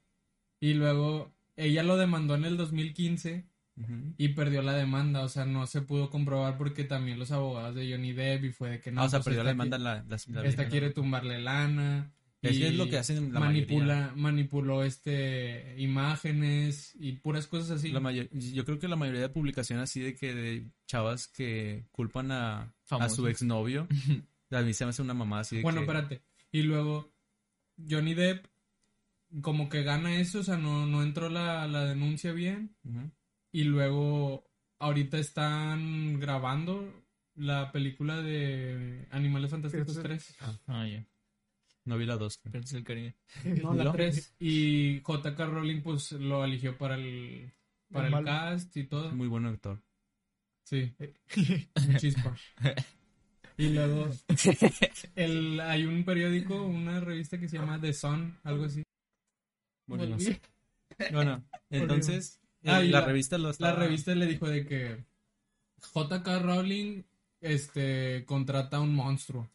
Y luego, ella lo demandó en el 2015
Ujú.
y perdió la demanda. O sea, no se pudo comprobar porque también los abogados de Johnny Depp y fue de que no.
Ah, o sea,
pues,
perdió la
esta
demanda
qui-
la, la, la
Esta
vieja,
quiere tumbarle lana.
Y Es
y
que es lo que hacen la
manipula,
mayoría.
Manipuló este, imágenes y puras cosas así.
La mayor- yo creo que la mayoría de publicaciones así de que de chavas que culpan a, a
Famosos.
su exnovio. A mí se me hace una mamá así de
Bueno,
que-
espérate. Y luego, Johnny Depp, como que gana eso, o sea, no, no entró la, la denuncia bien.
Ujú.
Y luego, ahorita están grabando la película de Animales Fantásticos
Pero-
3.
Ah, ya.
No vi la dos. creo.
Piratas del Caribe.
No, la
¿No?
3. Y J.K. Rowling, pues, lo eligió para el, para
El
el,
malo.
cast y todo.
Muy buen actor.
Sí. Chispa. Y luego el, hay un periódico, una revista que se llama The Sun, algo así.
Bueno,
Volví.
entonces
Ah,
eh,
y
la,
la-
revista lo
La
estaba-
revista le dijo de que JK Rowling este contrata a un monstruo,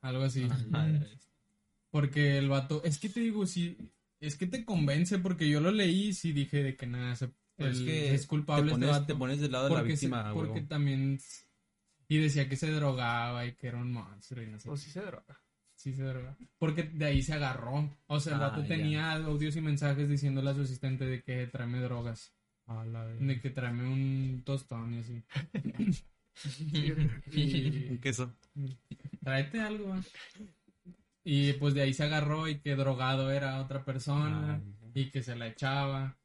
algo así.
Ah, ya.
Porque el vato, es que te digo, si es que te convence porque yo lo leí y sí dije de que nada, se-
Pero es
el-
pues que
es
te
culpable este
pones,
vato.
te pones del lado de la
porque, se-
víctima,
porque
huevo.
también y decía que se drogaba y que era un monstruo y no sé
O si "Oh, se droga.
Sí, se droga. Porque de ahí se agarró. O sea, el
Ah,
vato
ya.
tenía audios y mensajes diciéndole a su asistente de que tráeme drogas. De que tráeme un tostón y así.
Un
Y
queso.
tráete algo. va. Y pues de ahí se agarró y que drogado era otra
Ah,
persona y que se la echaba.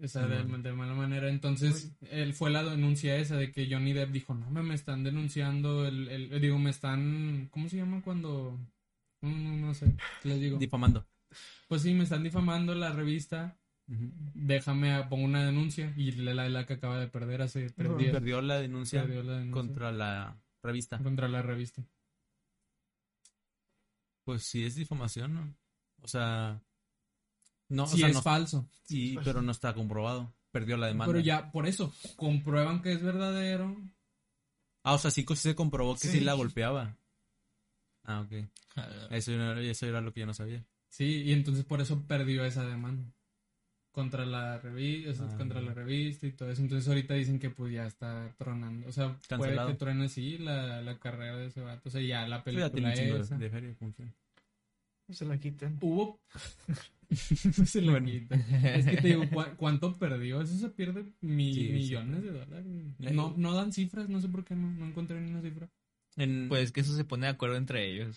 O sea, de,
Simón.
de mala manera. Entonces, él fue la denuncia esa de que Johnny Depp dijo, no, me, me están denunciando, el, el- eh, digo, me están, ¿cómo se llama cuando? No, no, no sé, les digo.
Difamando.
Pues sí, me están difamando la revista,
Ujú.
déjame, ah, pongo una denuncia. Y la, la, la que acaba de perder hace tres
No,
días.
Perdió la denuncia
Perdió la denuncia
contra la revista.
contra la revista.
Pues sí es difamación, ¿no? O sea, no,
sí,
o sea,
es
no-
falso.
sí, pero no está comprobado. Perdió la demanda.
Pero ya, por eso, comprueban que es verdadero.
Ah, o sea, sí, co- sí se comprobó que sí.
Sí.
la golpeaba. Ah, ok.
Ah,
Eso, era- eso era lo que yo no sabía.
Sí, y entonces por eso perdió esa demanda. Contra la revista,
Ah.
contra la revista y todo eso. Entonces ahorita dicen que pues ya está tronando. O sea,
Cancelado.
puede que truene sí la, la carrera de ese vato. O sea, ya la
Pero ya
película
tiene un chingo de-
esa.
de feria, como que-
Se la quitan.
Hubo. se lo quita. Es que te digo, ¿cu- ¿cuánto perdió? Eso se pierde mi-
Sí, Eh. sí.
millones de dólares. No, no dan cifras, no sé por qué no, no encontré ni una cifra.
En-
Pues que eso se pone de acuerdo entre ellos.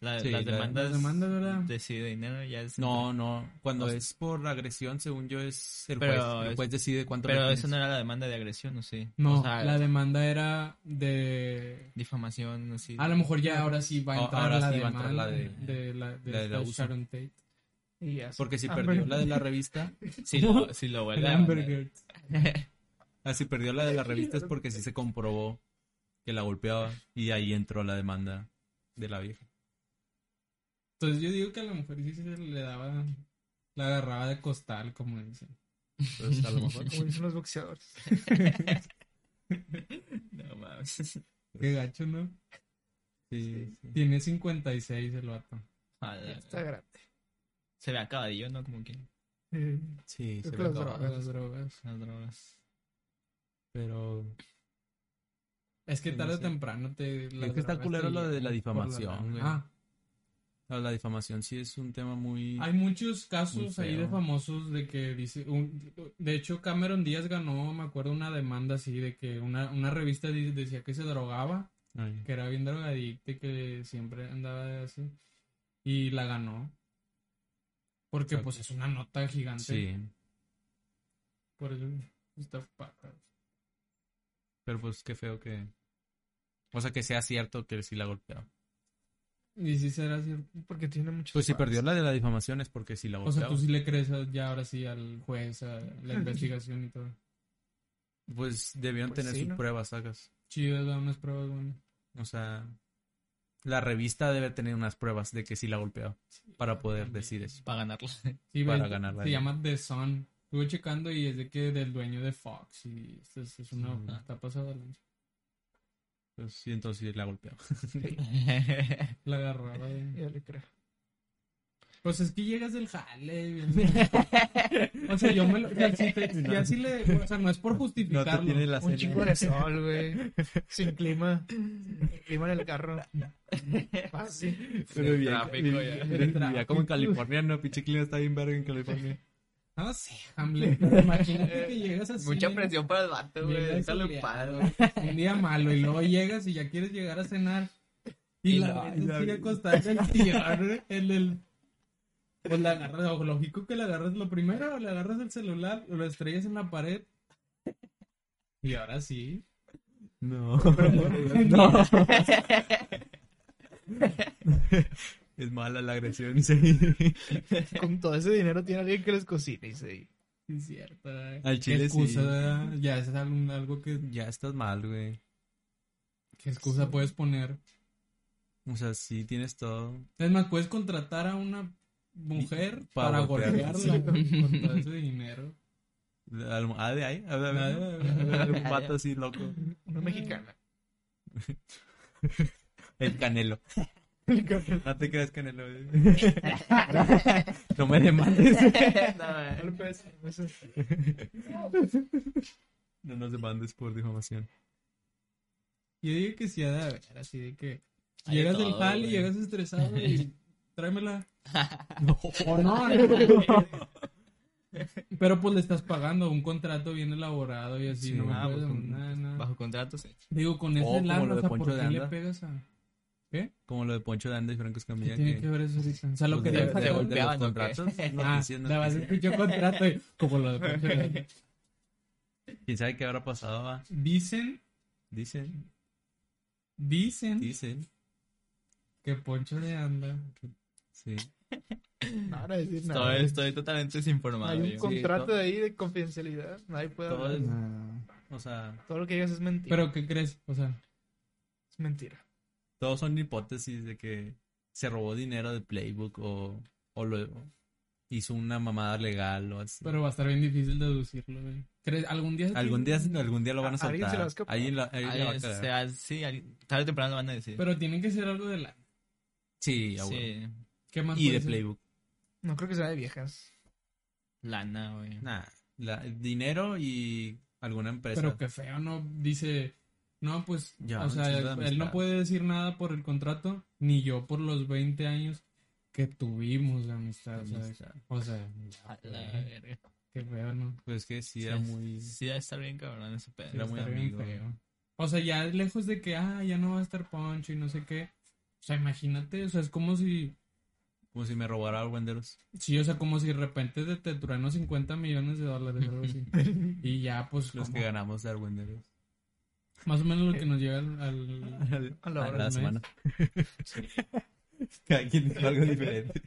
La-
Sí,
las
la-
demandas.
las demandas, ¿verdad?
De sí, de dinero ya es.
no, no. Cuando
O sea-
es por agresión, según yo, es el
Pero
juez. El
es-
juez decide cuánto le
Pero
tienes.
eso no era la demanda de agresión, ¿o sí?
No,
O sea,
la demanda era de
difamación, así.
A lo mejor ya ahora sí va a
Ah,
entrar la
ahora sí va a
demanda
entrar la
de,
de-
la, de
la de la
esta
uso.
Sharon Tate.
Y ya.
Porque si
Ah,
perdió
pero-
la de la revista,
Si lo, si lo vuelve a demandar.
Hamburger.
ah, si perdió la de la revista es porque sí se comprobó que la golpeaba y ahí entró la demanda de la vieja.
Entonces yo digo que a lo mejor sí se le daba la agarraba de costal, como dicen.
Pues,
Entonces, a lo mejor.
Como dicen los boxeadores.
No mames.
Qué gacho, ¿no?
Sí, sí.
Tiene 56 el vato.
A la-
Ya está grande.
Se ve acabadillo, ¿no? Como que
Eh,
Sí,
Creo
se
que
ve
las
acabado.
Todas las drogas.
las drogas.
Pero
Es que
Sí,
tarde o
sí.
temprano te... las
que está
drogas
culero
te
lo de
llegan
la
por
difamación,
lana.
güey.
Ah,
no, la difamación sí es un tema muy...
hay muchos
Muy
casos
feo.
ahí de famosos de que dice... un- de hecho, Cameron Díaz ganó, me acuerdo, una demanda así de que una, una revista di- decía que se drogaba
Ay.
que era bien drogadicta y que siempre andaba así. Y la ganó. Porque
Exacto.
pues es una nota gigante.
Sí,
Por eso está paca.
pero pues qué feo que... O sea, que sea cierto que sí la golpeaba.
Y si será cierto.
Porque tiene muchos.
Pues si
fans.
perdió la de la difamación es porque pues sí la
O sea,
golpeaba.
tú sí le crees a- ya ahora sí al juez, a la investigación y todo.
Pues debieron
Pues
tener
sí,
sus
¿no?
pruebas, sacas.
Chido, da unas pruebas buenas.
O sea, la revista debe tener unas pruebas de que sí la golpeaba para poder
también.
decir eso.
Para ganarla.
Sí,
Para
ve,
ganar la
Se
liga.
llama The Sun. Estuve checando y es de que del dueño de Fox. Y esto es, es una.
Sí.
Está pasado de lanza.
Pues sí, entonces sí la golpeaba.
La agarraba. de-
Ya le creo.
Pues es que llegas del jale. bien- O sea, yo me lo. Ya sí, te- ya sí le. O sea, no es por
No te
justificarlo.
tiene la
Un
cena.
chingo de sol, güey. Sin clima. Sin clima en el carro. Fácil.
Pero bien,
tráfico,
bien-
ya.
bien-
El tráfico.
ya como en California, no, pinche clima está bien verga en California.
No sé, Hamlet. Imagínate que llegas así.
Mucha
bien-
presión para el vato,
bien
güey. Déjalo en paz,
asoleado,
güey.
Un día malo y luego llegas y ya quieres llegar a cenar. Y,
Y
la
la-
ves
y la-
así acostada en el sillón, en el... Pues la agarras, o lógico que la agarras lo primero, le agarras el celular, lo estrellas en la pared. Y ahora sí.
No. no. es mala la agresión, sí.
Con todo ese dinero tiene alguien que les cocine. Y se...
Sí, es cierto. eh.
Al
Qué
chile sí.
excusa, ¿verdad? Ya es algún- algo que.
Ya estás mal, güey.
¿Qué excusa puedes poner?
O sea, sí tienes todo.
Es más, puedes contratar a una mujer
Para
para,
golpearla.
golpearla güey, con todo ese dinero.
La almohada de ahí. A ver, a
Ah,
ver. Un vato así loco.
Una mexicana.
El canelo. No te creas canelo. güey. No me demandes.
No,
No, pues, eso es-
No nos demandes por difamación.
Yo digo que sí ha de haber, así de que
Hay
llegas
de
del
todo,
hall y
güey.
llegas estresado y tráemela. O no, Pero pues le estás pagando un contrato bien elaborado y así,
Sí,
no me
ah,
puedes
pues, con-
demandar nada.
Bajo contrato, sí.
Digo, con
Oh,
ese
como
largo,
lo de
o sea,
Poncho
¿por
de
qué le
Anda.
pegas a...? ¿Qué?
Como lo de Poncho de Anda y Franco
¿Qué
Escamilla.
tiene que ver eso ahorita? O sea, lo
Pues
quería
de- de-
sacar.
de los
golpeaban, ¿o qué?
contratos,
Ah,
noticias,
la vas a
noticias.
escuchar contrato y- como lo de Poncho de Anda.
¿Quién sabe qué habrá pasado? va?
Dicen,
Dicen,
dicen
dicen,
que Poncho de Anda...
sí.
no van a decir nada.
Estoy, estoy totalmente desinformado.
Hay un
yo.
contrato
todo-
de ahí de confidencialidad. Nadie puede
Todo
hablar.
es- O sea,
Todo lo que digas es mentira.
¿Pero qué crees? O sea...
Es mentira.
todos son hipótesis de que se robó dinero de Playbook o, o lo hizo una mamada legal o así.
Pero va a estar bien difícil deducirlo, güey. ¿Crees- ¿Algún día? se
algún día,
tiene-
algún día lo van a
A-
soltar.
alguien se lo va a escapar.
Alguien la- alguien la va a
Alguien, o
cagar.
sea, sí, alguien- tarde o temprano lo van a decir.
Pero tienen que ser algo de la...
Sí, a huevo.
sí,
¿Qué más
Y
puede
de
pues,
ser?
Playbook.
eh. No creo que sea de viejas.
lana, güey.
Nah, la- dinero y alguna empresa.
Pero qué feo, ¿no? Dice... No, pues...
Ya,
o sea,
chisme de
él,
amistad.
no puede decir nada por el contrato, ni yo por los 20 años que tuvimos de amistad, o sea, O sea,
A
ya,
la
güey,
verga.
qué feo, ¿no?
Pues que sí,
Sí,
era muy...
Sí, debe estar bien cabrón ese pedo.
Era
Sí,
muy
está bien
amigo.
feo. O sea, ya lejos de que, ah, ya no va a estar Poncho y no sé qué. O sea, imagínate, o sea, es como si...
Como si me robara a Wenderos.
Sí, o sea, como si de repente te, te trueno 50 millones de dólares o algo así. Y ya, pues,
Los
como-
que Eh. ganamos de Arwenderos.
más o menos lo que nos llega al... al-
A la
A
hora.
la
del
semana. Cada quien dijo algo diferente.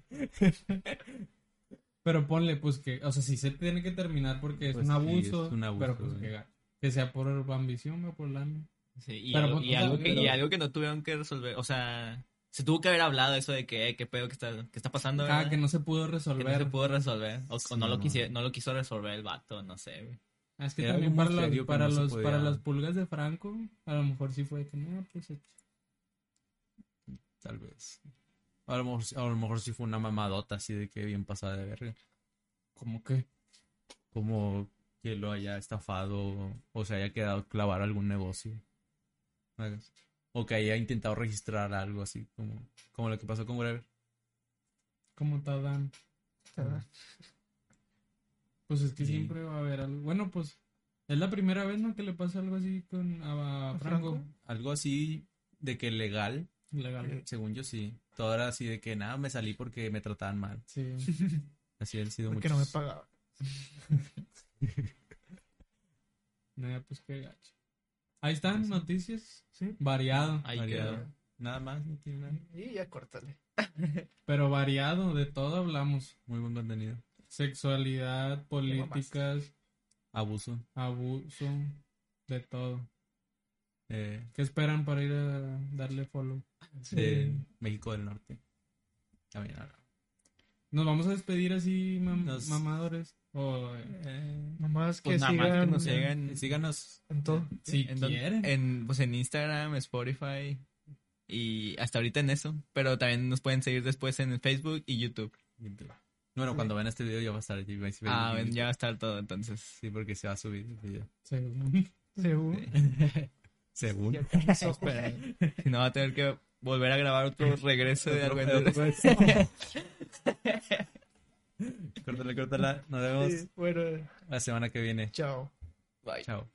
Pero ponle, pues, que... O sea, sí se tiene que terminar porque es,
Pues
un,
sí,
abuso,
es un abuso,
Pero, pues,
güey.
que, ga- que sea por ambición o por la...
Sí, y,
Pero,
algo,
pues,
y
o sea,
algo que, y
pero-
algo que no tuvieron que resolver. O sea, se tuvo que haber hablado eso de que, eh, qué pedo que está, que está pasando.
Ah,
¿verdad?
que no se pudo
Que
resolver.
no se pudo resolver. O, o no, lo
Sí,
quisi- no lo quiso resolver el vato, no sé, güey.
Ah, Es que
Era
también
algo muy
para, los,
serio que
para,
no se
los,
podía-
para las pulgas de Franco, a lo mejor sí fue que no, pues... eh,
Tal vez. A lo, mejor, a lo mejor sí fue una mamadota así de que bien pasada de verga.
Como que...
Como que lo haya estafado o se haya quedado clavar algún negocio. ¿Sabes? O que haya intentado registrar algo así, como, como lo que pasó con Whatever.
Como Tadán. Pues es que
Sí.
siempre va a haber algo... Bueno, pues... Es la primera vez, ¿no? Que le pasa algo así con a,
¿A
Franco.
Franco?
Algo así de que legal,
Legal.
según yo sí. Todo era así de que nada, me salí porque me trataban mal.
Sí.
Así han sido
Porque
muchos.
no me pagaba.
Nada, pues qué gacho. Ahí están noticias.
Sí.
Variado.
Ahí
Variado.
quedó.
Nada más, no tiene nada.
Y ya córtale.
Pero variado, de todo hablamos.
Muy buen contenido.
Sexualidad, políticas,
Abuso.
abuso, de todo.
Eh,
¿Qué esperan para ir a darle follow? Eh,
de México del Norte. También ahora.
Nos vamos a despedir así, mam-
Nos-
mamadores. O, eh,
Eh,
Nomás que
Pues nada más
sigan
que nos
Mm.
sigan.
síganos.
en todo.
si
en, don-
quieren.
en- pues en Instagram, Spotify y hasta ahorita en eso. Pero también nos pueden seguir después en Facebook y YouTube.
Bueno, cuando ven este video ya va a estar. allí, va a estar
Ah,
allí.
ven, ya va a estar todo entonces.
Sí, porque se va a subir el video.
Según.
Según.
Según.
Ya con los ojos, pero-
Si no, va a tener que volver a grabar otro regreso de algo.
Córtala, córtala. Nos vemos
Bueno,
la semana que viene.
chao.
Bye.
Chao.